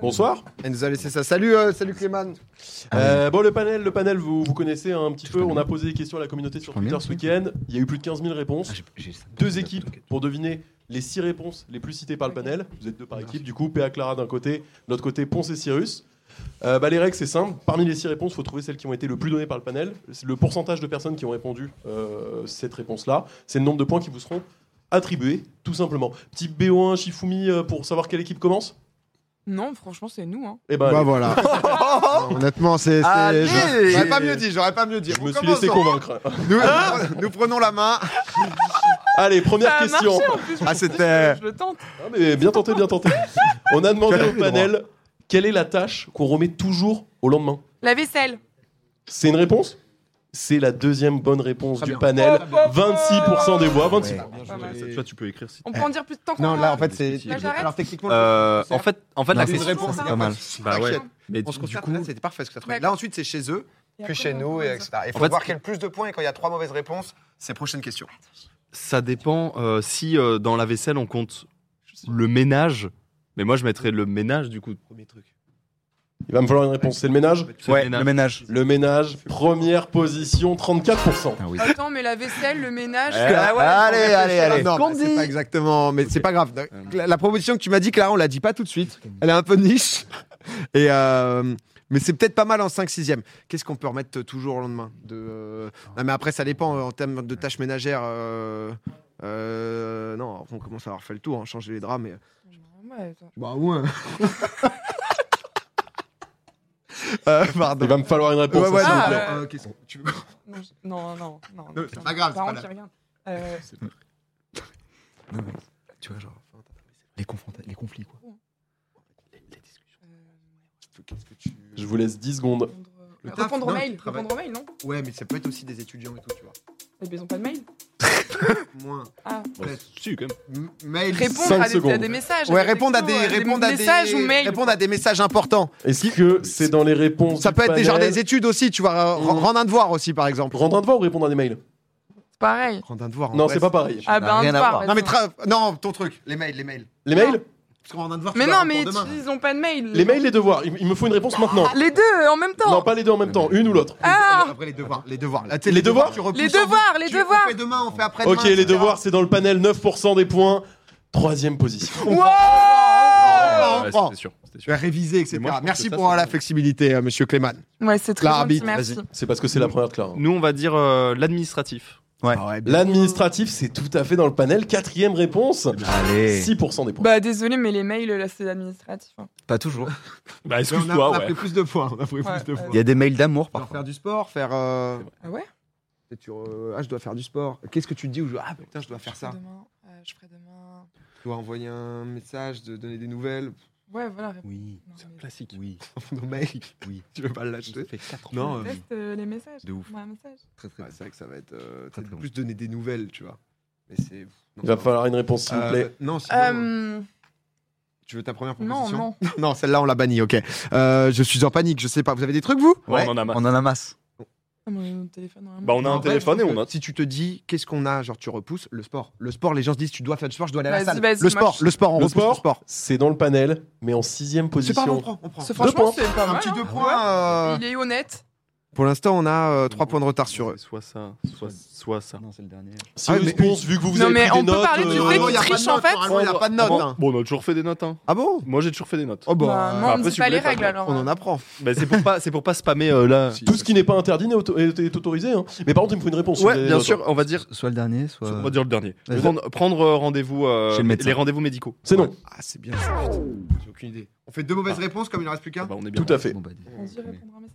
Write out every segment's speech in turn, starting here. Bonsoir. Elle nous a laissé ça. Salut, euh, salut Clément. Euh, bon, le panel, le panel vous, vous connaissez hein, un petit peu. On a posé des questions à la communauté sur Combien Twitter ce week-end. Il y a eu plus de 15 000 Ah, Ah, réponses. Deux équipes pour deviner les six réponses les plus citées par le panel. Vous êtes deux par équipe. Du coup, PA Clara d'un côté, de l'autre côté, Ponce et Cyrus. Euh, bah, les règles, c'est simple. Parmi les six réponses, il faut trouver celles qui ont été le plus données par le panel. C'est Le pourcentage de personnes qui ont répondu euh, cette réponse-là, c'est le nombre de points qui vous seront attribués, tout simplement. Petit BO1 Shifumi euh, pour savoir quelle équipe commence Non, franchement, c'est nous. Hein. Eh ben, Bah allez. voilà. Honnêtement, c'est. c'est- Allez je- J'aurais pas mieux dit, j'aurais pas mieux dit. je On me suis commence laissé en- convaincre. Nous, nous prenons la main. Allez, première Ça a question. marché en plus. Ah, c'était. Je le tente. Ah, mais bien tenté, bien tenté. On a demandé Quel au panel quelle est la tâche qu'on remet toujours au lendemain. La vaisselle. C'est une réponse C'est la deuxième bonne réponse Très du bien. Oh, Oh, panel. 26% des voix, 26%. Pas mal. joué. Toi, tu peux écrire si On peut en dire plus de temps qu'on Non, a. là en fait, c'est. Bah, j'arrête. Alors techniquement, Euh, en fait, en fait Non, la c'est une question, réponse, c'est pas mal. Bah ouais. T'inquiète. Mais on se du considère coup, que là, c'était parfait ce que t'as trouvé. D'accord. Là, ensuite, c'est chez eux, Et puis après, chez on nous, commence. et etc. Il faut En fait, voir qui a le plus de points et quand il y a trois mauvaises réponses, c'est prochaine question. ça dépend euh, si euh, dans la vaisselle on compte le ménage. Mais moi, je mettrais le ménage du coup. Premier truc. Il va me falloir une réponse. C'est le ménage Ouais, le ménage. Le ménage, première position, 34%. Ah oui. Attends, mais la vaisselle, Eh, le ah ménage. allez, allez, allez. Non, Scandi. mais c'est pas exactement, mais c'est pas grave. La, la proposition que tu m'as dit, Clara, on l'a dit pas tout de suite. Elle est un peu niche. Et euh, mais c'est peut-être pas mal en 5-6e. Qu'est-ce qu'on peut remettre toujours au lendemain de, euh, non, mais après, ça dépend euh, en termes de tâches ménagères. euh, euh, non, on commence à avoir fait le tour, hein, changer les draps, mais. Ouais, attends. Bah ouais. euh, pardon. Il va me falloir une réponse. Ouais, ouais, s'il vous Ah, plaît. ouais. euh, qu'est-ce que- tu veux- Non, je- non, non, non. Non, c'est pas grave, c'est pas Parents qui regardent. Euh, Tu vois, genre, les, confronta- les conflits, quoi. euh, Je vous laisse 10 secondes. Le taf, répondre non, au mail, le travail. répondre au mail, non Ouais, mais ça peut être aussi des étudiants et tout, tu vois. Eh ben, Ils ont pas de mail. Moins. Ah. Si, quand même. M- Mail. Répondre Cinq à des, secondes. à des messages. Ouais, à des répondre à des, textos, répondre à des, messages ou mails. répondre à des messages importants. Est-ce que c'est dans les réponses Ça du peut être des, genre panel des études aussi, tu vois. euh, Mm. ren- Rendre un devoir aussi, par exemple. Rendre un devoir ou répondre à des mails Pareil. Rendre un devoir. en Non, vrai, c'est pas pareil. Ah n'a ben, un rien à devoir, voir. vas-y. Non mais tra- non ton truc, les mails, les mails. Les mails Parce qu'on rend un devoir. tu Mais dois non, rendre mais pour demain. tu- ils ont pas de mail. Les mails, les devoirs. Il il me faut une réponse maintenant. Ah, Les deux en même temps. Non, pas les deux en même temps, une ou l'autre. Ah Après les devoirs, les devoirs. Là, tu sais, Les devoirs tu repousses Les en- devoirs, les tu- On devoirs. fait demain, on fait après Ok, les devoirs, c'est dans le panel, 9% des points. Troisième position. Wow Ouais, Bon. c'était sûr. c'était Oh, Tu sûr. vas réviser, etc. Mais moi, je pense Merci que ça, pour c'est- la flexibilité, euh, monsieur Clément. Ouais, c'est très Clara gentil, Bitt, merci. C'est parce que c'est la première de Clara. Nous, on va dire euh, l'administratif. Ouais. Ah ouais, bien. L'administratif, c'est tout à fait dans le panel. Quatrième réponse, Eh. Allez. 6% des points. Bah désolé, mais les mails, là, c'est administratif. hein. Pas toujours. Bah, Mais on a, excuse-toi, on a ouais. pris plus de points. On a pris Ouais, plus de ouais. points. Il y a des mails d'amour, Genre parfois. faire du sport, faire. euh, Ah ouais peut-être tu re- Ah, je dois faire du sport. Qu'est-ce que tu te dis où je... Ah putain, je dois faire ça. Demain, euh, je ferai demain. Je dois envoyer un message, de donner des nouvelles. Ouais, voilà. répondre. Oui. Non, mais Classique. Oui. Nos mails. Oui. Tu veux pas le lâcher Ça fait 4 ans. Non. euh, Teste euh, les messages. De ouf. Ouais, un message. Très, très ouais, c'est vrai que ça va être. euh, Très, peut-être très plus donner des nouvelles, tu vois. Mais c'est. non, Il va ça falloir une réponse, s'il vous Euh, plaît. Non, sinon, euh, Euh, tu veux ta première non, proposition non. Non, celle-là, on l'a bannie, ok. Euh, je suis en panique, je sais pas. Vous avez des trucs, vous Ouais, on en a marre. On en amasse. Ah, mon téléphone, normalement. Bah, on a un En vrai, téléphone et je pense on que note. Si tu te dis, qu'est-ce qu'on a Genre, tu repousses le sport. Le sport, les gens se disent, tu dois faire du sport, je dois aller à la Vas-y, salle. vas-y, le moi, sport, je- le sport, on Le repousse le sport, sport. c'est dans le panel, mais en sixième C'est pas grave, position. on prend, on prend. C'est- Franchement, points. c'est pas Un mal. petit hein. deux points. euh, Il est honnête. Pour l'instant, on a euh, trois points de retard sur eux. Soit ça, soit, soit ça. Non, c'est le dernier. Si Ah, on mais- pense, vu que vous, vous Non, avez mais pris on des peut notes, euh, parler du fait Normalement, qu'il Euh, y a pas de triche, en notes, fait. Ah normalement, y a pas de notes. hein. Bon, on a toujours fait des notes. Hein. Ah bon Moi, j'ai toujours fait des notes. Oh Bah, non, bah, après, on ne si dit pas vous les voulez, règles alors. hein. on en apprend. Bah, c'est pour pas, c'est pour pas spammer euh, là. tout ce qui n'est pas interdit n'est auto- est est autorisé. hein. Mais par contre, il me faut une réponse. si vous Ouais, avez bien des sûr. notes. On va dire, Soit le dernier, soit. on va dire le dernier. Bah. Vas-y. Prendre, prendre, euh, rendez-vous, euh, Chez le médecin. les rendez-vous médicaux. C'est non. Ah, c'est bien. J'ai aucune idée. On fait deux mauvaises réponses comme il en reste plus qu'un Ah bah, on est bien. Tout à fait. Bon, bah, On dit premier. répondre à un message.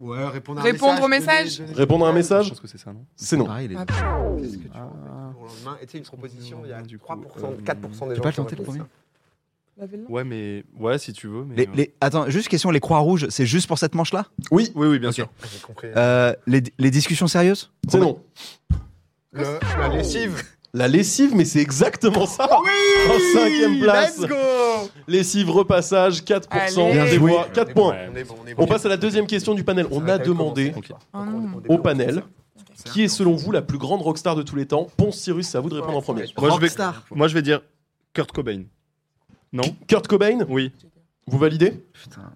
Ouais, répondre à un Répondre au message. donner- donner- Répondre à un Je message, pense que c'est ça, non c'est non. Pareil, les... Ah, tu Qu'est-ce que tu Ah. remets pour le lendemain Et tu sais, une proposition, il y a Du coup, 3%, euh, 4% des gens. peux pas le qui tenter le répondent premier ça. Lavez-le. Ouais, mais ouais, si tu veux. Mais les, euh, les- Attends, juste question les croix rouges, c'est juste pour cette manche-là Oui, oui, oui, bien Ok. sûr. J'ai compris. Euh, les, les discussions sérieuses C'est non. Le- La lessive. La lessive, mais c'est exactement ça. en Ben cinquième place. Let's go Lessive, repassage, 4%. Allez. des Bien joué. voix, 4 points. Ouais. On est bon, on est bon. On passe à la deuxième question du panel. On Ça a va demandé commencer. Ah non. au panel qui est selon vous la plus grande rockstar de tous les temps. Ponce Cyrus, c'est à vous de répondre en premier. Moi je, vais, Rockstar. moi, je vais dire Kurt Cobain. Non Kurt Cobain Oui. Vous validez Putain.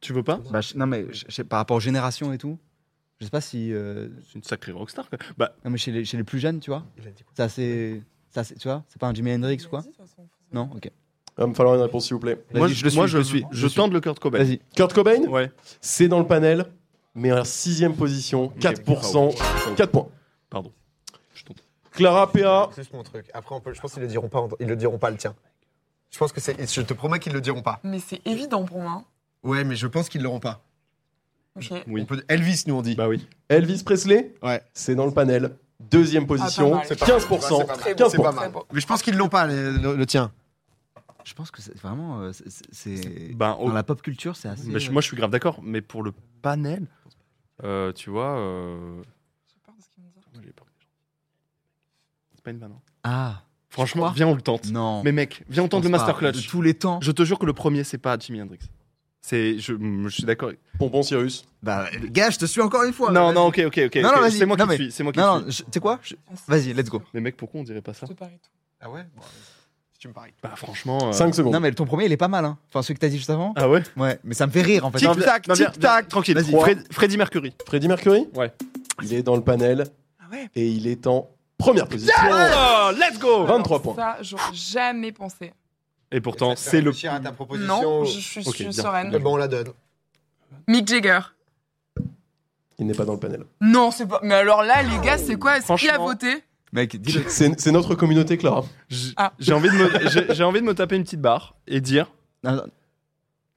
Tu veux pas Bah, je- non, mais je- je sais, par rapport aux générations et tout, je sais pas si. euh, C'est une sacrée rockstar. quoi. Bah, Non, mais chez les, chez les plus jeunes, tu vois, c'est assez. c'est assez- Tu vois, c'est pas un Jimi Hendrix quoi Non, ok. Il va me falloir une réponse, s'il vous plaît. moi, Vas-y, je, le suis, moi, je je le suis, je Je suis. tente le Kurt Cobain. Vas-y. Kurt Cobain, Ouais. c'est dans le panel, mais en sixième position, 4%, Ah 4 points. Pardon. Je tente. Clara PA, C'est juste mon truc. Après, on peut- je pense qu'ils le diront pas. en- Ils le diront pas le tien. Je pense que c'est. Je te promets qu'ils le diront pas. Mais c'est évident pour moi. hein. Ouais, mais je pense qu'ils l'auront pas. Ok. Oui. On peut- Elvis, nous on dit. Bah oui. Elvis Presley, Ouais. c'est dans le panel. Deuxième position, Ah, pas mal. 15%, C'est pas mal. 15 C'est pas points. mal. Mais je pense qu'ils l'ont pas le, le- le tien. Je pense que c'est vraiment. euh, c'est- c'est- c'est- Ben, au- Dans la pop culture, c'est assez. euh, Bah, je- moi, je suis grave d'accord, mais pour le panel, euh, tu vois. euh, J'ai peur de ce qu'ils vont dire. j'ai peur des gens. C'est pas une vanne. hein. Ah, Franchement, crois viens, on le tente. non. Mais mec, viens, on Je pense tente le pas. Master De Clutch. tous les temps. Je te jure que le premier, c'est pas Jimi Hendrix. C'est, je, je suis d'accord. Pompon Cyrus. Bah, gars, je te suis encore une fois. Non, Vas-y. non, ok, ok, ok. Non, ok, non, vas-y. c'est moi qui Non, mais- suis. C'est moi qui Non, suis. non, je- tu sais quoi Je- Ah, c'est- Vas-y, let's go. Mais mec, pourquoi on dirait pas ça Je te parie tout. Ah ouais Si tu me paries. Bah franchement. euh, 5 secondes. Non, mais ton premier, il est pas mal. Hein. Enfin, celui que t'as dit juste avant. Ah ouais. Ouais, mais ça me fait rire en fait. Non, Non, viens- tic-tac, non, viens- tic-tac. viens- Tranquille. Vas-y. Fred- Freddie Mercury. Freddie Mercury Ouais. Il est dans le panel Ah ouais et il est en première position. Oh, let's go. 23 Alors, points. Ça, j'aurais jamais pensé. Et pourtant, c'est le. à ta Non, je suis, je Ok, suis bien. sereine. Bien. Bon, on la donne. Mick Jagger. Il n'est pas dans le panel. Non, c'est pas. Mais alors là, les gars, c'est quoi Est-ce qu'il a Franchement. voté Mec, dis-le. C'est c'est notre communauté, Clara. J- Ah. J'ai envie de me, j'ai- j'ai envie de me taper une petite barre et dire. Non, non.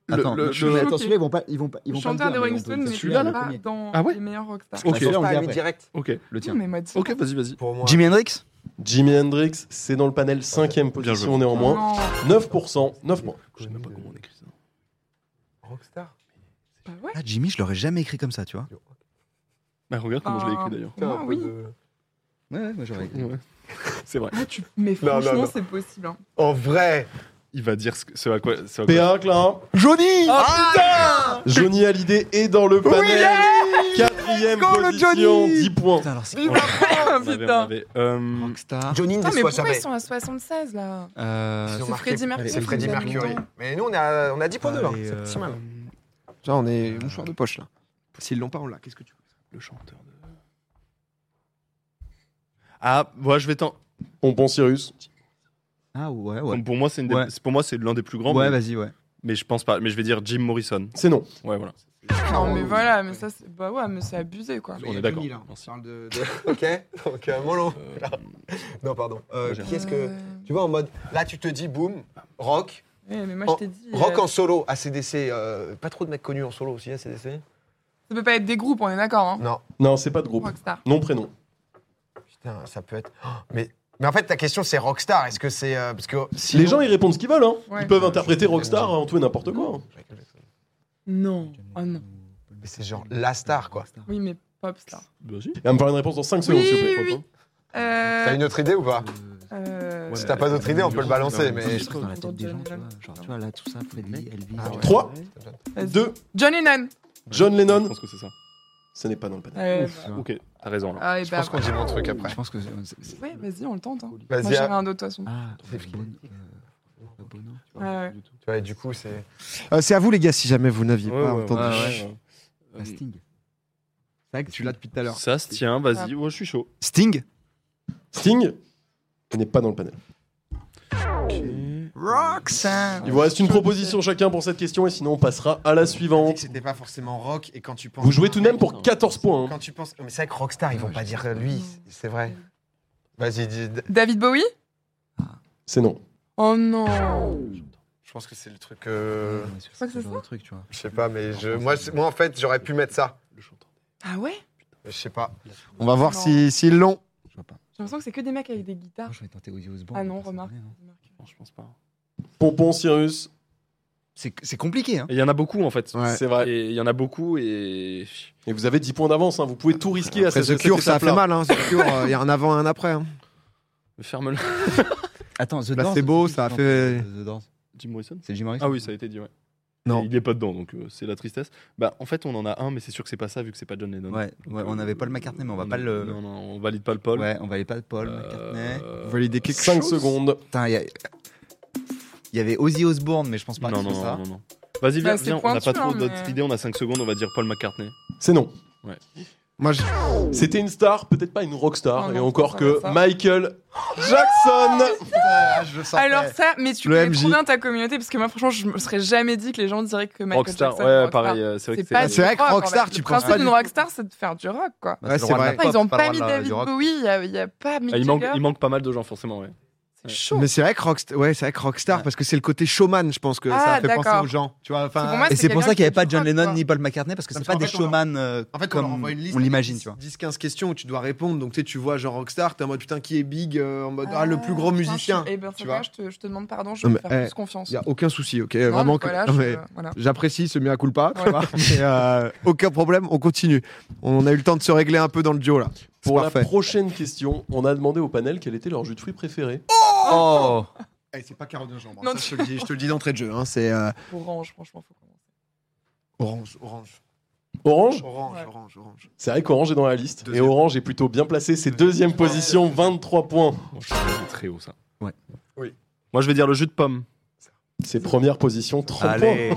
Le- Attends, le- non, le- mais attends, celui-là, ils vont pas, ils vont pas, ils vont pas Chanteur le des dire, mais on Rolling peut- Stones, mais celui-là, pas là, dans Ah ouais les meilleurs rockstars. Ok. celui-là, on le dit Pas lui après. direct. Ok. Le Non, tien. mais moi, dis- Ok, vas-y, vas-y. Pour moi. Jimi Hendrix Jimi Hendrix, c'est dans le panel, cinquième position néanmoins. Non, 9%, 9 points. Je sais même pas comment on écrit ça. Rockstar. bah ouais. Là, Jimmy, je l'aurais jamais écrit comme ça, tu vois. Bah regarde comment je l'ai Ah. écrit d'ailleurs. Ah Moi, Ah oui. Ouais, ouais, moi j'aurais écrit. Ouais. C'est vrai. Ah, tu- Mais non, franchement, non. c'est possible. hein. En vrai. Il va dire ce, que- ce à quoi. ce à quoi- PA, Clara. Johnny Ah, Johnny Hallyday est dans le panel. Quatrième Let's go, le position, Johnny 10 points. Putain, alors c'est On l'avait, Ah, on putain. l'avait. Euh, Rockstar. Johnny Putain, Ah, mais déçoit pourquoi jamais. ils sont à 76 là Euh, Ils ont C'est marqué- Freddie Mercury. C'est Freddie Ils ont Mercury. longtemps. Mais nous, on est à, on est à 10 pour 2. Allez, C'est pas si euh, mal. Genre, on est mouchoir de poche, là. Euh, S'ils l'ont pas, on l'a. Qu'est-ce que tu le chanteur de. Ah, moi je vais t'en. Pompon Cyrus. Ah ouais, ouais. Comme Pour moi, c'est une des- Ouais. c'est- pour moi, c'est l'un des plus grands. Ouais, mais, vas-y, ouais. mais je pense pas. Mais je vais dire Jim Morrison. C'est non. Ouais, voilà. Oh, Non, mais voilà, mais ça, c'est. Bah ouais, mais c'est abusé quoi. On est d'accord. Merci. ok, donc euh, Molo. Bah, Non, pardon. Euh, Moi, qui est-ce que. Euh, Tu vois, en mode. Là, tu te dis, boum, rock. ouais, mais moi, Oh, je t'ai dit. Rock euh, en solo, ACDC. euh, pas trop de mecs connus en solo aussi, ACDC euh, Ça peut pas être des groupes, on est d'accord. Hein. Non, Non, c'est pas de groupe. Rockstar. Non, prénom. putain, ça peut être. Oh, mais, mais en fait, ta question, c'est rockstar. Est-ce que c'est. euh, parce que sinon- Les gens, ils répondent ce qu'ils veulent. Hein. Ouais. Ils peuvent interpréter Rockstar en tout et n'importe quoi. hein. Non. Oh non. Mais c'est genre la star, quoi. Oui, mais pop star. Vas-y. Il va me faire une réponse dans 5 secondes, s'il vous plaît. oui, oui. Euh, T'as une autre idée ou pas euh, Ouais. Si t'as pas d'autre idée, on peut le balancer, Mais mais. je crois que dans la tête des gens, tu vois. Genre, tu vois, là, tout ça, Freddy, Elvis. Ah ouais. Trois. vas-y. Deux. John Lennon. John Lennon. Je pense que c'est ça. Ce n'est pas dans le panel. Euh, Ouf. Ok, t'as raison. alors. Ah, et Je bah, pense qu'on dit mon truc après. Je pense que. c'est- c'est- Ouais, vas-y, on le tente. Hein. Moi, Vas-y, j'irai ah, un d'autre, de toute façon. Ah, C'est qui Bono, euh, Bono. Ah Ouais, ouais. tu vois, et du coup, c'est. Euh, c'est à vous les gars si jamais vous n'aviez Ouais, pas ouais, entendu. ouais, ouais. Ah, Sting. C'est vrai que tu l'as depuis tout à Euh, l'heure. Ça se tient, vas-y. Ouais, je suis chaud. Sting Sting n'est pas dans le panel. Mmh. Roxanne Il vous reste une proposition chacun pour cette question et sinon on passera à la On dit que suivante. C'était pas forcément rock et quand tu penses. Vous jouez tout de même pour 14 points. hein. Quand tu penses. Oh, Mais c'est vrai que Rockstar, ils vont Ouais, pas je- dire euh, lui, c'est vrai. Vas-y, dis. d- David Bowie C'est non. Oh non. Je pense que c'est le truc. euh, Je crois que c'est ça. truc, tu vois. Je sais pas, mais je... moi, c'est- moi, en fait, j'aurais pu mettre ça. Le chanteur. Ah ouais Je sais pas. On va voir Non. si- s'ils l'ont. Je vois pas. J'ai l'impression que c'est que des mecs avec des Moi, guitares. j'aurais tenté Ozzy Osbourne. Ah non, mais ça remarque. me connaît, hein. Non, je pense pas. Pompon Cyrus. C'est c'est compliqué, hein. Et Il y en a beaucoup en fait. Ouais. C'est vrai. Et il y en a beaucoup et. Et vous avez 10 points d'avance. hein. Vous pouvez tout risquer à Après, cette, The cette Cure, ça a fait étape-là. mal. Hein. The Cure, il y a un avant et un après. hein. Ferme-le. Attends, The Placebo, Doors. c'est qui ça a qui fait- chante, euh, The Doors. Jim Morrison C'est Jim Morrison Ah oui, ça a été dit, ouais. Non. Et Il est pas dedans, donc euh, c'est la tristesse. Bah, en fait, on en a un, mais c'est sûr que c'est pas ça, vu que c'est pas John Lennon. Ouais, ouais, on avait Paul McCartney, mais on va pas le. Non, non, on valide pas le Paul. Ouais, on va aller pas de Paul Euh, McCartney. Vous validez quelque 5 chose secondes. Putain, il y, a- il y avait Ozzy Osbourne, mais je pense pas Non, que non, c'est ça. non, non, non. Vas-y, viens, Bah, c'est viens, on n'a pointu, pas trop hein, d'autres mais- idées, on a 5 secondes, on va dire Paul McCartney. C'est non. Moi, je- C'était une star, peut-être pas une rockstar, Non, et non, encore ça, Ah, que ça. Michael Jackson. ah, Alors ça, mais tu Le connais MJ. trop bien ta communauté parce que moi franchement, je me serais jamais dit que les gens diraient que Michael Rockstar, Jackson. ouais, rockstar. pareil, euh, c'est vrai que C'est pas c'est- C'est vrai du que rock, en rockstar, fait. tu Le penses pas principe du d'une tout. rockstar, c'est de faire du rock, quoi. Bah, Ouais, c'est c'est le roi de vrai. la Après, ils pop, ont pas pas, le roi mis de la- David du rock. Bowie, il y a- il y a pas Mick Ah, il, manque, Jagger. il manque pas mal de gens, forcément, ouais. C'est chaud. Mais c'est vrai que rockstar, ouais, c'est vrai que rockstar Ouais. parce que c'est le côté showman, je pense que ça Ah, fait penser d'accord. aux gens. Tu vois, enfin, Parce que pour moi, Et c'est pour quelqu'un ça qu'il n'y qui avait pas fait du John rock, Lennon quoi. ni Paul McCartney parce que Non, c'est parce pas qu'en des fait, on leur- showman euh, En fait, on leur comme envoie une liste. on l'imagine, tu vois. 10-15 questions où tu dois répondre. Donc, tu sais, tu vois, genre Rockstar, t'es en mode putain, qui est big euh, En mode, ah, le plus gros putain, musicien. je- eh ben, tu tu vois. vois, je te, je te demande pardon, je Non, vais mais, faire eh, plus confiance. Il a aucun souci, ok Non, Vraiment. mais que- voilà, non, je- euh, mais voilà. J'apprécie ce mea culpa, tu vois. mais, euh, aucun problème, on continue. On a eu le temps de se régler un peu dans le duo là. C'est Pour la parfait. prochaine question, on a demandé au panel quel était leur jus de fruits préféré. Oh Eh, c'est pas carotte de jambe. Non, ça, tu- je, te le dis, je te le dis d'entrée de jeu. hein, c'est euh, Orange, franchement, faut commencer. orange, orange, Orange, orange, Ouais. orange, orange. c'est vrai qu'Orange est dans la liste. Deuxième. Et Orange est plutôt bien placé. C'est deuxième position, 23 points. Bon, je trouve que c'est très haut, ça. Ouais. Oui. Moi, je vais dire le jus de pomme. C'est première position, Oh, 30 points. Le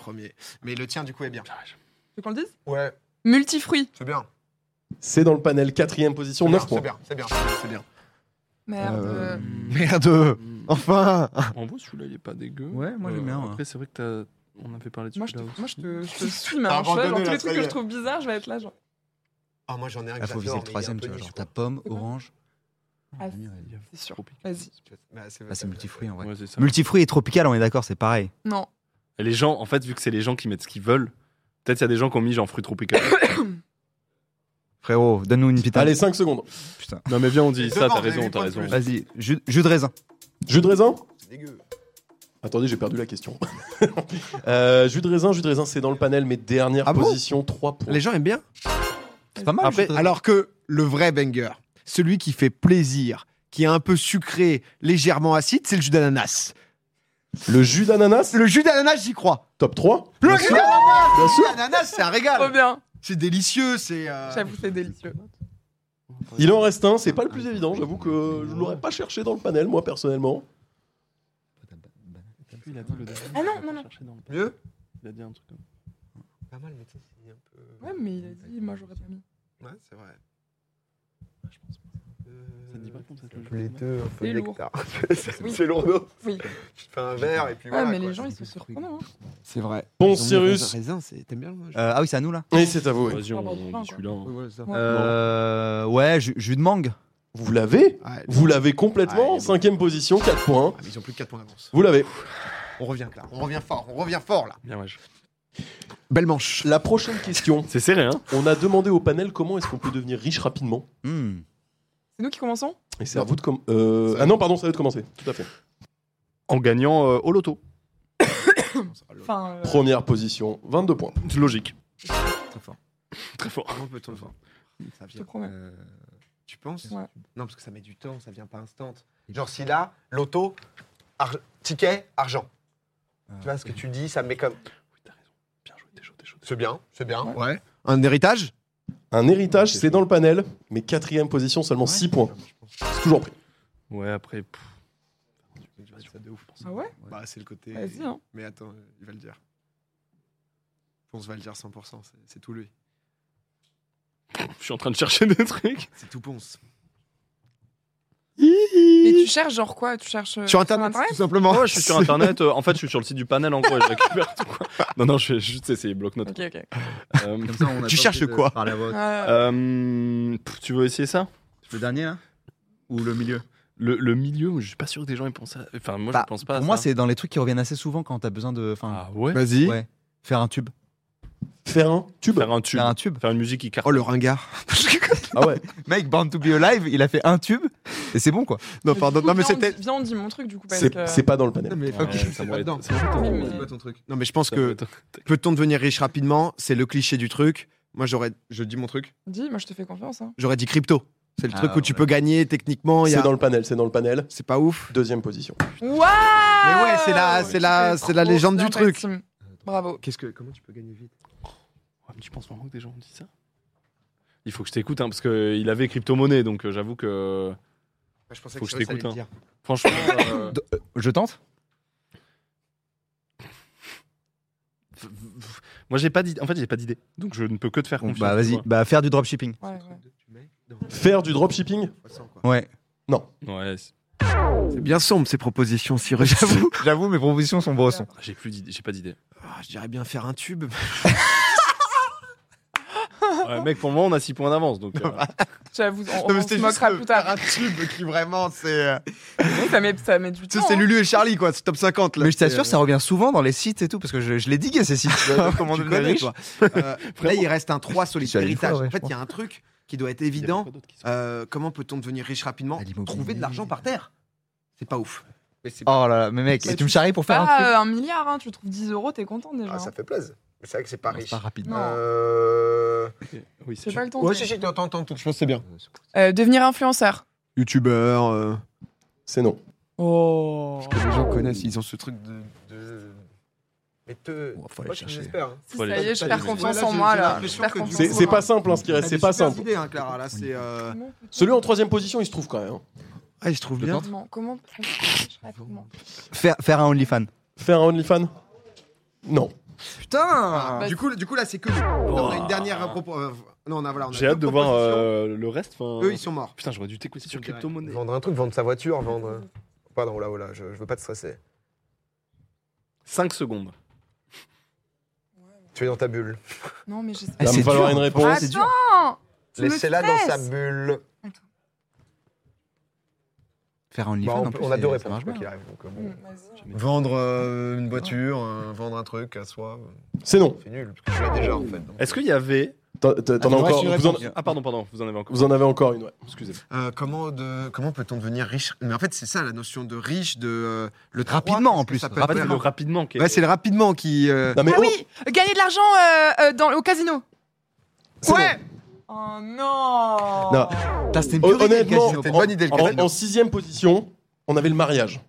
premier. Mais le tien, du coup, est Ah, bien. Tu veux qu'on le dise Ouais, Multifruits. c'est bien. C'est dans le panel, quatrième position, 9 points. bien, c'est bien, c'est bien. Merde. Euh, Euh, Merde, enfin. Ah, En vrai, celui-là, il est pas dégueu. Euh, Ouais, moi, j'aime bien, ouais. Après, c'est vrai que t'as... On avait parlé de Moi, je te, celui-là moi, je aussi. te, je te suis, mais alors, je suis Abandonné, là, dans tous là, ça y les trucs que est. je trouve bizarres, je vais être là, genre. Ah, moi, j'en ai un Il faut viser j'adore, le mais il est un troisième, peu tu vois. niche, Genre, quoi. ta pomme, C'est quoi orange. Ah, merde. C'est sûr. Tropique. Vas-y. Bah, c'est Ah, c'est multifruit en vrai. Ouais, c'est ça. Multifruit et tropical, on est d'accord, c'est pareil. Non. Et Les gens, en fait, vu que c'est les gens qui mettent ce qu'ils veulent, peut-être il y a des gens qui ont mis genre fruits tropicales. Frérot, donne-nous une pita. Allez, 5 secondes. Putain. non, mais viens, on dit Et ça, devant, t'as j'ai raison, huit t'as points de raison. plus. Vas-y, jus, jus de raisin. Jus de raisin C'est dégueu. Attendez, j'ai perdu la question. Euh, jus de raisin, jus de raisin, c'est dans le panel, mais dernière Ah bon position, 3 points. Les gens aiment bien. C'est pas mal. Après, jus de raisin. alors que le vrai banger, celui qui fait plaisir, qui est un peu sucré, légèrement acide, c'est le jus d'ananas. Le jus d'ananas, Le jus d'ananas, j'y crois. top 3. Le jus d'ananas Le jus d'ananas, c'est un Trop régal. bien. C'est délicieux, Ah, c'est. euh, J'avoue, c'est délicieux. Il en reste un, c'est pas le plus évident, j'avoue que je l'aurais pas cherché dans le panel, moi personnellement. Ah non, non, non. Mieux hein. Il a dit un truc comme Pas mal, mais tu sais, c'est un peu. Ouais, mais il a dit, moi, j'aurais pas mis. Ouais, c'est vrai. Euh, ça. dit pas comme ça. Les Mmh. deux, un peu C'est de lourd. nectar. Oui. c'est lourd d'eau. Oui. Tu te fais un verre et puis Ouais, voilà. mais quoi. les gens, ils sont surprenants. hein. C'est vrai. Bon, Ils ont mis Cyrus. raisin- raisin, c'est- T'aimes bien le jus Euh, ah oui, c'est à nous là. Oui, c'est à vous. oui. Vas-y, on, Ah, bon, on dit celui-là. hein. Oui, voilà, ça. Ouais. Euh, ouais, ju- jus de mangue. Vous l'avez Ah, Vous non. l'avez complètement, Ouais, cinquième position, 4 points. Ah, mais Ils ont plus de 4 points d'avance. Vous l'avez. On revient, là. On revient fort. On revient fort, là. Bien, wesh. Belle manche. La prochaine question, C'est serré, hein on a demandé au panel comment est-ce qu'on peut devenir riche rapidement. Hmm. C'est nous qui commençons Et c'est à vous de com- euh, Ah non, pardon, ça va Euh. de commencer. Tout à fait. En gagnant euh, au loto. Enfin. euh, Première position, 22 points. C'est logique. Très fort. Très Ah fort. Comment peut-on faire Ça Je te promets. euh, Tu penses Ouais. Non, parce que ça met du temps, ça vient pas instant. Genre si là, loto, ar- ticket, argent. Tu vois ce que tu dis, ça me met comme. Oui, t'as raison. Bien joué, t'es chaud, t'es chaud. C'est bien, c'est bien. Ouais. Un héritage Un héritage, c'est dans le panel, mais quatrième position, seulement 6 points. C'est toujours pris. Ouais, après. pff. Ah ouais Bah, c'est le côté. Vas-y, hein. Mais attends, euh, il va le dire. On va le dire 100%, c'est- c'est tout lui. Je suis en train de chercher des trucs. C'est tout Ponce. Mais tu cherches genre quoi Tu cherches. euh, Sur internet, tout simplement. Ouais, je suis sur internet. euh, en fait, je suis sur le site du panel en gros et je récupère tout. Quoi. Non, non, je vais juste essayer bloc-notes. Ok, ok. Euh, Comme ça, on a Tu pas cherches envie de quoi parler à voix haute. Euh, euh, pff, tu veux essayer ça Le dernier là Ou le milieu le, le milieu, je suis pas sûr que des gens y pensent à. Enfin, moi, Bah, je pense pas à Pour moi, ça. c'est dans les trucs qui reviennent assez souvent quand t'as besoin de. Enfin, Ah ouais Vas-y. ouais. Faire un tube. Faire un tube. Faire un tube. Faire un tube. Faire une musique qui Oh, cartonne. le ringard. Ah ouais. Mec, Born to be Alive, il a fait un tube et c'est bon quoi. non, du pardon. coup, Non, mais viens, on c'était. dit- Viens, on dit mon truc du coup. parce C'est que- c'est pas dans le panel. Non, mais Ouais, ça c'est doit pas être- dedans. ça doit être- Oui, mais- C'est quoi ton truc Non, mais je pense ça que doit être- peut-on devenir riche rapidement C'est le cliché du truc. Moi, j'aurais. Je dis mon truc. Dis, moi, je te fais confiance. hein. J'aurais dit crypto. C'est le Ah, truc où tu ouais. peux gagner techniquement. il y a- C'est dans le panel, c'est dans le panel. C'est pas ouf. Deuxième position. Waouh Mais ouais, c'est la- c'est la- Tu fais c'est la trop légende bien du ta truc. team. Bravo. Qu'est-ce que comment tu peux gagner vite Ouais, mais tu penses vraiment que des gens ont dit ça Il faut que je t'écoute, hein, parce qu'il avait crypto-monnaie, donc euh, j'avoue que. Je pensais Faut que je Cyrus allait t'écoute, le dire. Franchement. euh, Je tente f- f- Moi, j'ai pas d'idée. En fait, j'ai pas d'idée. Donc, je ne peux que te faire Bon, confiance. bah vas-y, bah faire du dropshipping. Ouais, hein. ouais. Faire du dropshipping Ouais. Ouais, c'est- C'est bien sombre ces propositions, Cyrus. J'avoue. J'avoue, mes propositions sont brossons. Ah, j'ai plus d'idée. J'ai pas d'idée. Ah, je dirais bien faire un tube. Ouais, mec, pour le moment, on a 6 points d'avance. Donc, euh, J'avoue, on, Non, mais on c'était se juste euh, moquera le- plus tard. Un tube qui vraiment, c'est. euh, ça, met, ça met du tu temps. sais, c'est hein. Lulu et Charlie, quoi. C'est top 50. Là, Mais je C'est, t'assure, euh, ça revient souvent dans les sites et tout, parce que je, je les diguais ces sites. Comment tu devenir connais, riche. toi. Euh, là, il reste un 3 sur les Tu as dit héritages. fois, ouais, en fait, je il y a un truc qui doit être il y a évident. pas d'autres qui sont- Euh, comment peut-on devenir riche rapidement À l'immobilier. Trouver de l'argent par terre. C'est pas ouf. Mais c'est Oh là là, mais mec, Mais et tu me charries pour faire Pas un truc. euh, un milliard, hein, tu trouves 10 euros, t'es content déjà. Ah, ça hein. fait plaisir. Mais c'est vrai que c'est pas Non, c'est riche. pas rapide. Non. Euh... Ah, Oui, C'est pas le temps. Ouais, de- si, si, t'entends, t'entends tout. Je pense que c'est bien. Euh, devenir influenceur. Youtubeur. C'est non. Oh. Les Euh, gens connaissent, ils ont ce truc de. De... Mais te. Bon, faut aller Moi, je chercher. l'espère. hein. Si, Faut ça aller- y est, je Ouais, perds j'ai- confiance ouais, là, en j'ai- moi j'ai là. Je l'impression perds que euh, confiance C'est en c'est moi. pas simple hein, ce qui Ah, reste, c'est pas simple. idée, hein, Clara. Là, c'est. euh, Celui en troisième position, il se trouve quand même. hein. Ah, il se trouve bien. Comment comment riche rapidement Faire, faire un OnlyFans. Faire un OnlyFans Non. Putain bah- du, coup, du coup, là, Ah, c'est que. nous. Non, on a une dernière euh, propo- euh, non, on a, voilà, on a J'ai deux hâte de voir propositions. euh, le reste. enfin, Eux, ils sont morts. Putain, j'aurais dû t'écouter sur Ils sont crypto-monnaie. Vendre un truc, vendre sa voiture, vendre. Pardon, là, oh là, je, je veux pas te stresser. 5 secondes. Tu es dans ta bulle. Non mais j'espère. Il va me c'est falloir dur. une réponse. c'est Attends, dur. tu me Laissez-la dans sa stresses. bulle. Faire un OnlyFans. Bah, on, en peut- plus, on a deux ça réponses, marche bien. quoi Mm. qu'il arrive. donc, euh, bon. Mmh, vas-y. Vendre euh, une voiture, euh, vendre un truc à soi, euh, C'est non. c'est nul, parce que je l'ai déjà en fait. donc. Est-ce qu'il y avait. T'en t'en- t'en as moi, encore. je suis Vous en, répondu. Ah, pardon, pardon, vous en avez encore. vous en avez encore une. ouais. Excusez-moi. Euh, comment de, comment peut-on devenir riche Mais en fait, c'est ça la notion de riche, de euh, le droit, Rapidement, qu'est-ce en que plus. ça peut Rappelle Ah, le faire rapidement. qui est- Ouais, c'est le rapidement qui. euh, Non mais Ah oh, oui, gagner de l'argent euh, euh, dans au casino. c'est non. Oh non. Non. Putain, c'était une Hon- purée, le honnêtement, casino. C'était une bonne idée, le en, casino. en sixième position, on avait le mariage.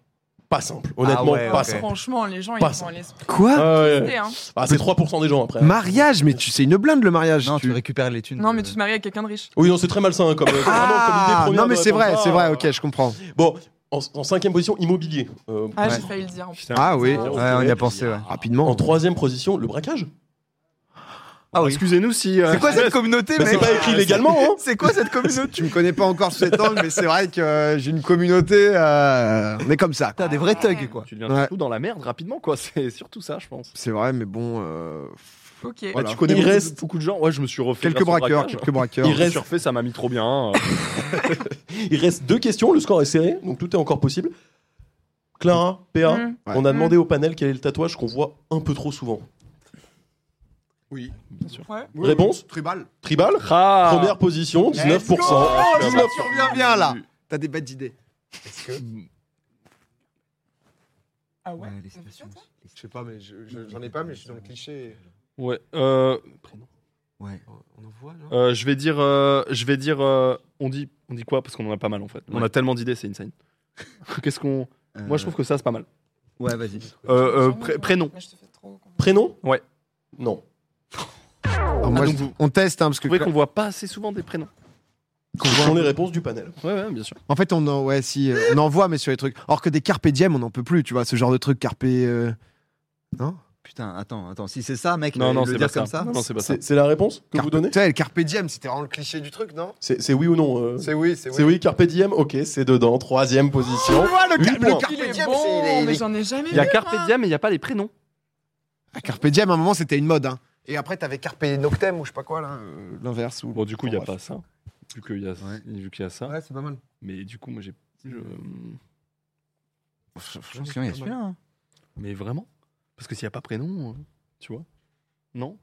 Pas simple, honnêtement, Ah ouais, pas ok. simple. Franchement, les gens ils Pas vont ça. aller se Quoi Ah, ouais. péter, hein. Ah, c'est 3% des gens après. Mariage Mais tu sais une blinde le mariage. Non, tu récupères les thunes. Non mais tu te maries avec quelqu'un de riche. Oui, non, c'est très malsain hein, comme, euh, Ah, vraiment, comme idée première non mais de c'est vrai, réponse. c'est vrai. Ah, Ok, je comprends. Bon, en, en cinquième position, immobilier. Euh, Ah, Ouais. j'ai failli le dire. en plus. Putain. Ah oui, Ah, Ouais, ok. on y a pensé, ouais. Ah rapidement. En troisième position, le braquage. Ah oui. Excusez-nous si. euh, C'est quoi cette communauté, Bah, c'est mec pas écrit légalement, hein C'est quoi cette communauté Tu me connais pas encore sous cet angle, mais c'est vrai que euh, j'ai une communauté. euh, on est comme ça. quoi. Putain, des vrais thugs, quoi. Tu deviens Ouais. surtout dans la merde rapidement, quoi. C'est surtout ça, je pense. C'est vrai, mais bon. euh, Ok. Bah, Voilà. tu connais Il beaucoup, de- reste- beaucoup de gens. Ouais, je me suis refait. quelques grâce au braqueurs, braquage. quelques braqueurs. Il Il reste- reste Ah. surfait, ça m'a mis trop bien. hein. Il reste deux questions, le score est serré, donc tout est encore possible. Clara, PA, Mmh. Ouais. on a Mm. demandé au panel quel est le tatouage qu'on voit un peu trop souvent. Oui. Bien sûr. Ouais. Réponse Tribal. Tribal, Ah, première position, 19%. Let's go Putain, Dis-moi, tu reviens bien là. T'as des bêtes d'idées. Est-ce que. Ah ouais. Ouais, T'as les vu ça, citations. toi Je sais pas, mais je- je- j'en ai pas, mais je suis dans le cliché. Ouais. euh, Ouais. On en voit, non euh, je vais dire. euh, je vais dire. euh, on dit. On dit quoi Parce qu'on en a pas mal en fait. On a tellement d'idées, c'est insane. Qu'est-ce qu'on. Moi, je trouve que ça, c'est pas mal. que. Ouais, vas-y. Euh, euh, Sûrement, pré- ouais. prénom. Mais je te fais trop confiance. Prénom Ouais. Non. Alors, Ah, moi, donc je- vous- On teste, hein, parce que. Vous trouvez qu'on voit pas assez souvent des prénoms Ce sont les réponses du panel. Ouais, ouais, bien sûr. En fait, on en, ouais, si, euh, on en voit, mais sur les trucs. Or que des carpe diem, on n'en peut plus, tu vois, ce genre de truc carpe. euh, Non Putain, attends, attends. Si c'est ça, mec, Non, non, le c'est dire pas ça. comme ça. Non, non, c'est pas ça. C'est c'est la réponse que Carpe- vous donnez Tu sais, le carpe Carpe diem, c'était vraiment le cliché du truc, non C'est c'est oui ou non euh C'est oui, c'est C'est oui. oui, Carpe Diem, ok, c'est dedans, troisième position. le, Huit points. Il Carpe est diem, bon, c'est- il est- il mais est- j'en ai jamais Il y a vu, Carpe moi. Diem, mais il n'y a pas les prénoms. carpe diem, à un moment, c'était une mode. Hein. Et après, t'avais Carpe Noctem ou je sais pas quoi, là. euh, L'inverse. Ou... Bon, du coup, il n'y a Bref. pas ça. Vu qu'il y, a- Ouais. vu qu'il y a ça. Ouais, c'est pas mal. Mais du coup, moi, j'ai. je- Attention, il y a celui-là. hein. Mais vraiment Parce que s'il n'y a pas prénom, euh, tu vois Non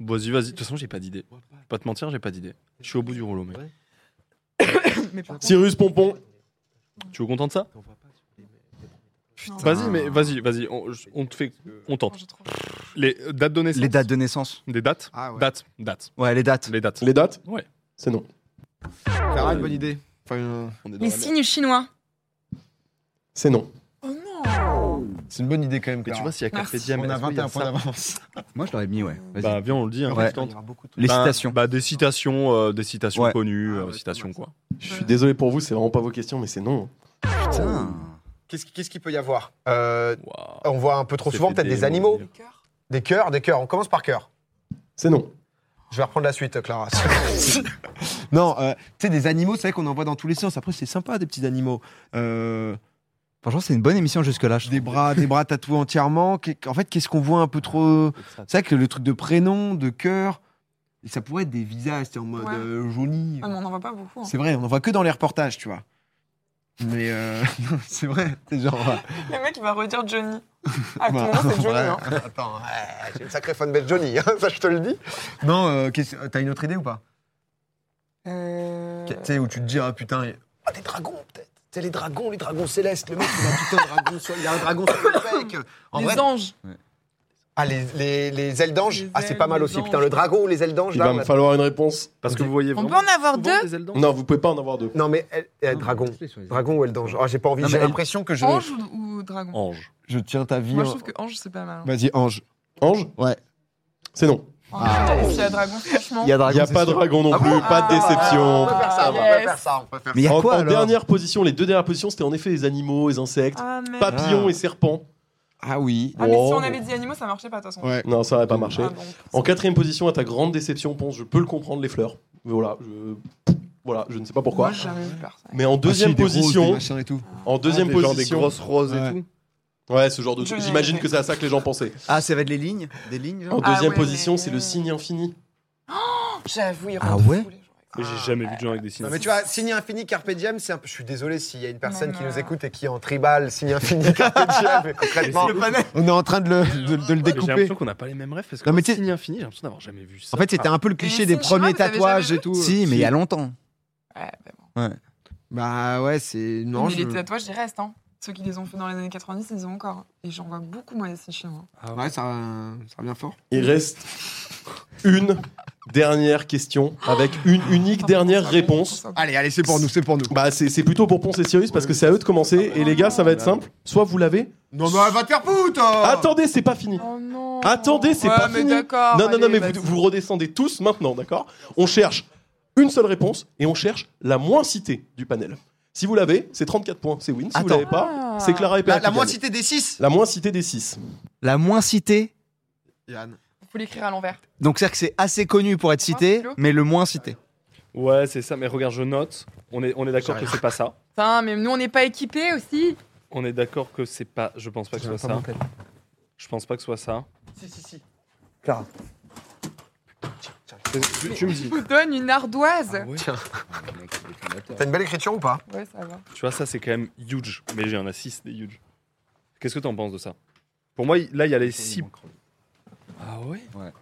Vas-y, vas-y. De toute façon, j'ai pas d'idée. Je vais Pas te mentir, j'ai pas d'idée. Je suis au bout du rouleau, mec. Mais par contre, Cyrus Pompon, Tu es content de ça non, Vas-y, mais vas-y, vas-y. On, je- on te fait. On tente. Oh, j'ai trop- Les euh, dates de naissance. Les dates de naissance. Des dates Ah Bah, ouais. Dates. Dates. Ouais, les dates. Les dates. les dates Ouais. C'est non. Clara, une bonne idée. Enfin, euh, On est dans Les la merde. signes chinois. C'est non. Oh non. C'est une bonne idée quand même, Mais tu vois, s'il y a Carpe Merci. Diem, est-ce qu'il y a ça d'avance. Moi, je l'aurais mis, ouais. Vas-y. Bah, viens, on le dit. hein, Ouais. tu tentes. les Bah- citations. bah, des citations, euh, des citations Ouais. connues, Ah euh, ouais, citations quoi. Je suis désolé pour vous, c'est vraiment pas vos questions, mais c'est non. Putain. Qu'est-ce qui- qu'est-ce qu'il peut y avoir Euh, Waouh. On voit un peu trop Ça souvent fait peut-être des- des animaux. Les cœurs. Des cœurs, des cœurs. On commence par cœur. C'est non. Je vais reprendre la suite, Clara. Non, euh, tu sais, des animaux, c'est vrai qu'on en voit dans tous les sens. Après, c'est sympa, des petits animaux. Euh, Franchement, c'est une bonne émission jusque-là. je des bras, des bras tatoués entièrement. Qu'est- En fait, qu'est-ce qu'on voit un peu trop C'est vrai que le truc de prénom, de cœur, et ça pourrait être des visages, c'est en mode Ouais. euh, joli. Ah, mais on n'en voit pas beaucoup. hein. C'est vrai, on en voit que dans les reportages, tu vois. Mais euh, non, c'est vrai, c'est genre. euh, Le mec, il va redire Johnny. À bah, tout moment, c'est Johnny. voilà. Hein. Attends, ouais, j'ai une sacrée fan base Johnny, hein, ça je te le dis. Non, euh, qu'est-ce- euh, t'as une autre idée ou pas Euh, Tu sais, où tu te dis, ah putain, Ah, des dragons peut-être. C'est les dragons, les dragons célestes. Le mec, il a un putain de dragon sur, il a un dragon sur le bec. En les vrai, anges. ah, les, les, les ailes d'ange. Les Ah, c'est ailes pas mal des aussi. anges. Putain, le dragon ou les ailes d'ange Il là. va on me a- falloir une réponse. Parce que vous voyez On vraiment. peut en avoir souvent deux des ailes d'ange. Non, vous pouvez pas en avoir deux. Non, mais elle- elle- dragon. Dragon ou elle d'ange Ah, j'ai pas envie. Non, J'ai mais elle- l'impression que je. Ange ou, ou dragon Ange. je tiens ta vie. Moi, je en- trouve que ange, c'est pas mal. hein. Vas-y, Ange. Ange Ouais. C'est non. Ah, et puis il y a dragon, franchement. Il y a Il n'y a pas de dragon non plus, pas de Ah, déception. On peut faire ça, on peut Yes. faire ça, on peut faire Mais il y a en, quoi en alors dernière position, les deux dernières positions, c'était en effet les animaux, les insectes, Ah, mais... ah, papillons Ah. et serpents. Ah oui. mais si on Wow. avait dit animaux, ça marchait pas, de toute façon. Ouais. Non, ça n'aurait pas marché. Ah, bon. En quatrième position, à ta grande déception, pense, je peux le comprendre, les fleurs. Mais Voilà, je, voilà, je ne sais pas pourquoi. Moi, j'ai jamais vu personne. Mais en Ah, deuxième position, et tout. en deuxième Ah, Des gens, des position, grosses roses Ouais. et tout. ouais, ce genre de Je truc. l'ai J'imagine fait. que c'est à ça que les gens pensaient. Ah, ça va être les lignes Des lignes genre En Ah deuxième ouais, position, mais- c'est le signe infini. J'avoue, il Ah rend fou, ouais les gens. Mais J'ai jamais vu de gens avec des signes. Non mais tu vois, signe infini carpe diem, c'est un peu... Je suis désolé s'il y a une personne Non, qui non. nous écoute et qui est en tribal, signe infini carpe diem, mais concrètement... On est en train de le, de- de le Mais J'ai découper. l'impression qu'on n'a pas les mêmes rêves parce que Non, mais le tu sais- signe infini, j'ai l'impression d'avoir jamais vu ça. En fait, c'était un peu le cliché des signes chinois, premiers vous avez tatouages jamais et tout. Si, mais il y a longtemps. Ouais, bah bon. Bah ouais, c'est. Non, mais je- les tatouages, ils restent. Hein. Ceux qui les ont fait dans les années 90, ils les ont encore. Et j'en vois beaucoup, moi, hein. les signes chinois. Ah Ouais, ça, ça revient fort. Il reste une dernière question avec une unique Ah, dernière réponse. Allez, allez, c'est pour nous, c'est pour nous. Bah, c'est c'est plutôt pour Ponce et Cyrus parce que c'est à eux de commencer. Ah, bah, Et les gars, ça va être simple. Soit vous l'avez. Non, mais va te faire foutre hein. Attendez, c'est pas fini. Oh non Attendez, c'est Ouais, pas mais fini. d'accord. Non, non, non, Oh, allez, mais vous, vas-y. vous redescendez tous maintenant, d'accord On cherche une seule réponse et on cherche la moins citée du panel. Si vous l'avez, c'est 34 points, c'est win. Si vous Attends. l'avez pas, Ah. c'est Clara et Péa La, qui la moins gagnent. citée des 6 La moins citée des 6. La moins citée. Yann. Faut l'écrire à l'envers. Donc, c'est-à-dire que c'est assez connu pour être cité, kilo mais le moins cité. Ah. Ouais, c'est ça. Mais regarde, je note. On est, on est d'accord que c'est pas ça. Putain, mais nous, on n'est pas équipés aussi. On est d'accord que c'est pas. Je pense pas que ce soit ça. Je pense pas que ce soit ça. Si, si, si. Tu, tu me dis. Je vous donne une ardoise. Ah ouais. T'as une belle écriture ou pas ouais. ça va. Tu vois, ça c'est quand même huge. Mais j'ai un 6, c'est huge. Qu'est-ce que t'en penses de ça Pour moi, il- là, il y a les 6. Ah ouais Ouais,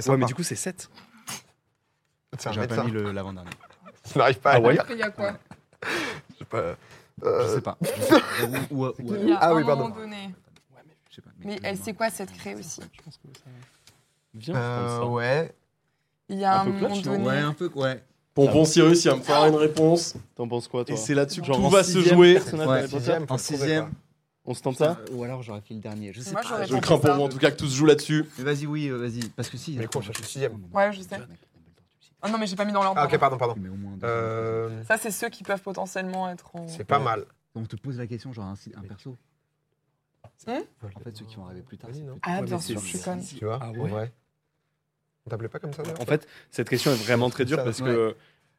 Ouais, mais du coup, c'est 7. c'est un J'avais médecin. pas mis le- l'avant-dernier. Tu n'arrives pas à Ah ouais lire. Après, il y a quoi Je sais pas. Je Euh, sais pas. Je sais pas. Ou- ou- ou- Il y a Ah un oui, pardon. moment donné. je sais pas. Mais elle sait quoi, cette craie aussi Je pense que ça. Viens, euh, ouais. Il y a un, Un peu moment hein. clutch, non donné. Ouais, un peu, ouais. Pompon Cyrus, il va me falloir une réponse. T'en penses quoi, toi Et c'est là-dessus que Genre tout en va se sixième jouer. personnage Ouais. d'Harry Potter Sixième, faut En le trouver, sixième. quoi. On se tente ça Ou alors j'aurais fait le dernier, je sais Moi, pas. j'aurais Je crains pour moi en tout cas que tout se joue là-dessus. Mais vas-y, oui, euh, vas-y. Parce que si. Mais quoi, on cherche le sixième Ouais, je sais. Ah non, mais j'ai pas mis dans l'ordre. Ah, ok, pardon, pardon. Mais au moins. deux. Euh, Ça, c'est ceux qui peuvent potentiellement être en. c'est pas mal. On te pose la question, genre un, si- un perso. Hein en fait, ceux qui vont arriver plus tard. Vas-y, c'est non. plus tard. Ah, Ouais, bien mais sûr, c'est- je suis conne. Tu vois Ah ouais. en vrai. On t'appelait pas comme ça d'ailleurs En fait, cette question est vraiment très dure parce que.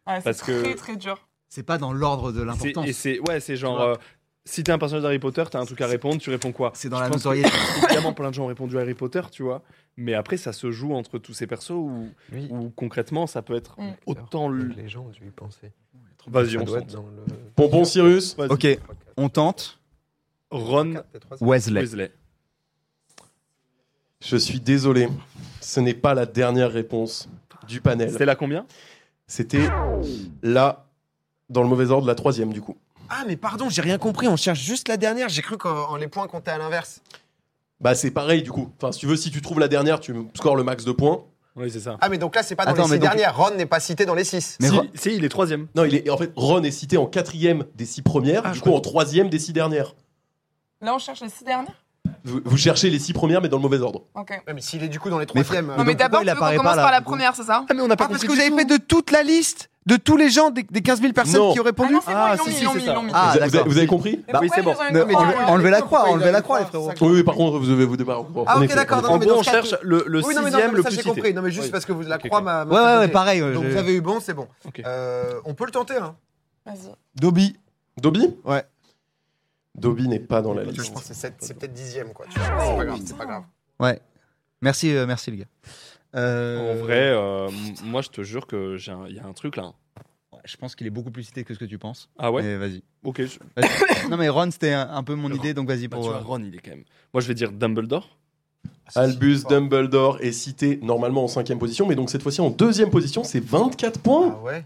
Ouais, c'est Parce très, que- très dur. C'est pas dans l'ordre de c'est- l'importance. Et c'est. Ouais, c'est genre. Tu vois. euh, si t'es un personnage d'Harry Potter, t'as un truc à répondre, tu réponds quoi C'est dans Je la pense que- notoriété. Évidemment, plein de gens ont répondu à Harry Potter, tu vois. Mais après, ça se joue entre tous ces persos ou Oui. ou concrètement, ça peut être Mm. autant. le- Les gens ont dû y penser. Vas-y, Ça on doit se être dans le... Pompon Cyrus, Vas-y. Ok, on tente Ron Wesley. Weasley. je suis désolé. Ce n'est pas la dernière réponse du panel. C'était là combien C'était là, dans le mauvais ordre, la troisième du coup. Ah, mais pardon, j'ai rien compris. On cherche juste la dernière. J'ai cru qu'on les points comptaient à l'inverse. Bah c'est pareil du coup. Enfin si tu veux, si tu trouves la dernière, tu scores le max de points. Oui, c'est ça. Ah, mais donc là, c'est pas dans Attends, les mais six donc- dernières. Ron n'est pas cité dans les six. Mais si, Ron- si, il est troisième. Non, il est en fait Ron est cité Ah, en quatrième des six premières, du coup en troisième des six dernières. Là, on cherche les six dernières Vous, vous cherchez les six premières, mais dans le mauvais ordre. Ok. Ouais, mais s'il est du coup dans les Mais- troisièmes. euh. Non, mais donc, pourquoi il d'abord, tu veux qu'on apparaît commence pas, là, par la du coup première, c'est ça Ah, mais on n'a pas Ah, parce compris que vous du avez tout. fait de toute la liste de tous les gens, des, des 15 000 personnes Non. qui ont Ah répondu non, c'est Ah, bon, si, ils l'ont mis, si, ils l'ont c'est ça. mis. ils l'ont mis. Ah, vous, avez- d'accord. vous avez compris Mais Bah oui, pourquoi c'est ils bon. nous ont mis Mais le enlevez- croix, alors enlevez la croix, Pourquoi il enlevez a la mis croix, pas les frérots. cinq Oui, oui, par contre, vous devez vous débarrasser. Ah, En ok, effet, d'accord, en effet. Non, En mais dans gros, on ce cas, cherche le, le Oui, non, mais non, sixième, mais le ça, plus j'ai cité. compris. Non, mais juste Oui. parce que vous, la Ok, croix ok. m'a. m'a Ouais, ouais, ouais, sauté. pareil. ouais, Donc je- vous avez eu bon, c'est bon. Ok. Euh, on peut le tenter, hein. Vas-y. Dobby. Dobby Ouais. Dobby n'est pas dans la Je liste. pense que c'est sept- c'est peut-être dixième, quoi. tu vois. C'est pas grave, c'est pas grave. Ouais. Merci, euh, merci les gars. En Euh, vrai, euh, m- moi je te jure que j'ai un- il y a un truc là. ouais, je pense qu'il est beaucoup plus cité que ce que tu penses. Ah ouais Mais vas-y. Ok. je- Vas-y. non mais Ron, c'était un, un peu mon Ron. idée, donc vas-y Bah, pour. euh, tu vois, Ron, il est quand même. Moi je vais dire Dumbledore. Albus Ah, Dumbledore est cité normalement en cinquième position, mais donc cette fois-ci en deuxième position, c'est 24 Ah points. ouais,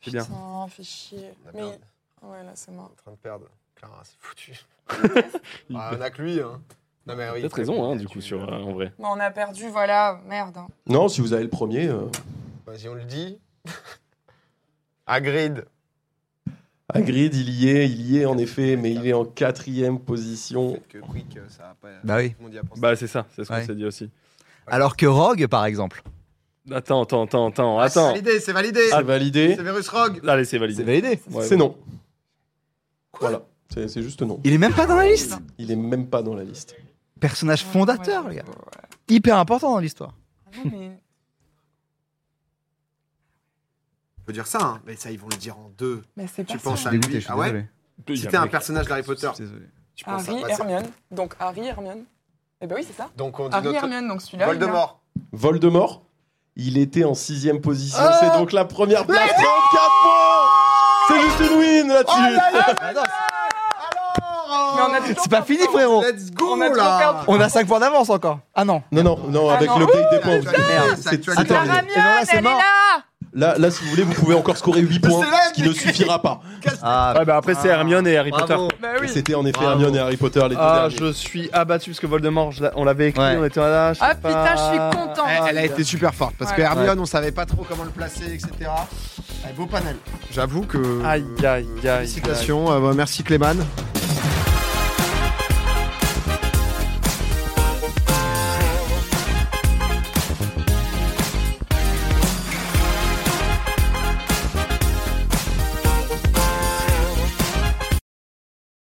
C'est bien. Putain, fais chier. on a perdu. Mais ouais, là, c'est mort. en train de perdre. Clara, c'est foutu. Ah, on a que lui, hein. Non, mais oui. Peut-être raison, hein, du coup, sur, euh, en vrai. Bon, on a perdu, voilà, merde. hein. Non, si vous avez le premier. euh, Vas-y, on le dit. Hagrid. Hagrid, il y est, il y est en effet, mais il est en quatrième position. Peut-être que Quick, euh, ça va pas. Bah oui. tout le monde y a pensé. Bah c'est ça, c'est ce qu'on Ouais. s'est dit aussi. Alors que Rogue, par exemple. Attends, attends, attends, attends, Ah, C'est attends. validé, c'est validé. C'est validé. C'est Virus Rogue. Allez, c'est validé. validé. Ouais, C'est ouais. non. Voilà, c'est c'est juste non. Il est même pas dans la liste. Il est même pas dans la liste. Personnage Ouais, fondateur, ouais, les gars. ouais. Hyper important dans l'histoire. Ah Non, mais On peut dire ça, hein. Mais ça, ils vont le dire en deux. mais c'est pas Tu ça. penses à Je suis lui. dégoûté, je suis Ah ouais désolé. Il y a Si t'es un mec- personnage d'Harry Potter, Je suis désolé. tu penses à Harry, bah, c'est- Hermione. Donc Harry, Hermione. Eh ben oui, c'est ça. Donc on dit Harry, notre. Hermione, donc celui-là. il est là. Voldemort. Voldemort, il était en sixième position. Ah c'est donc la première place. 34 points C'est juste une win là-dessus. Attends, Alors Mais on a toujours C'est pas pas fini, peur. frérot. Let's go On a toujours là perdu. On a 5 points d'avance encore. Ah non. non, non, non, Ah avec non. le break des points. Ouh, vous- c'est actualisé, c'est- c'est c'est actualisé. terminé. Ah, La Et non, là, Ramione, c'est elle est mort. là Là, là, si vous voulez, vous pouvez encore scorer 8 points, C'est là, ce qui ne mais- suffira pas. Ah, Ouais, bah après, c'est Hermione et Harry Potter. Bah Et oui. C'était en effet Bravo. Hermione et Harry Potter, les deux Ah, derniers. je suis abattu parce que Voldemort, je l'a- on l'avait écrit, Ouais. on était là. je sais Ah, putain, je suis pas. contente. Elle, elle a été super forte parce que Ouais. Hermione, on savait pas trop comment le placer, etc. Ouais, beau panel. J'avoue que. Aïe, aïe, aïe, Félicitations. euh, bah, merci Cléman.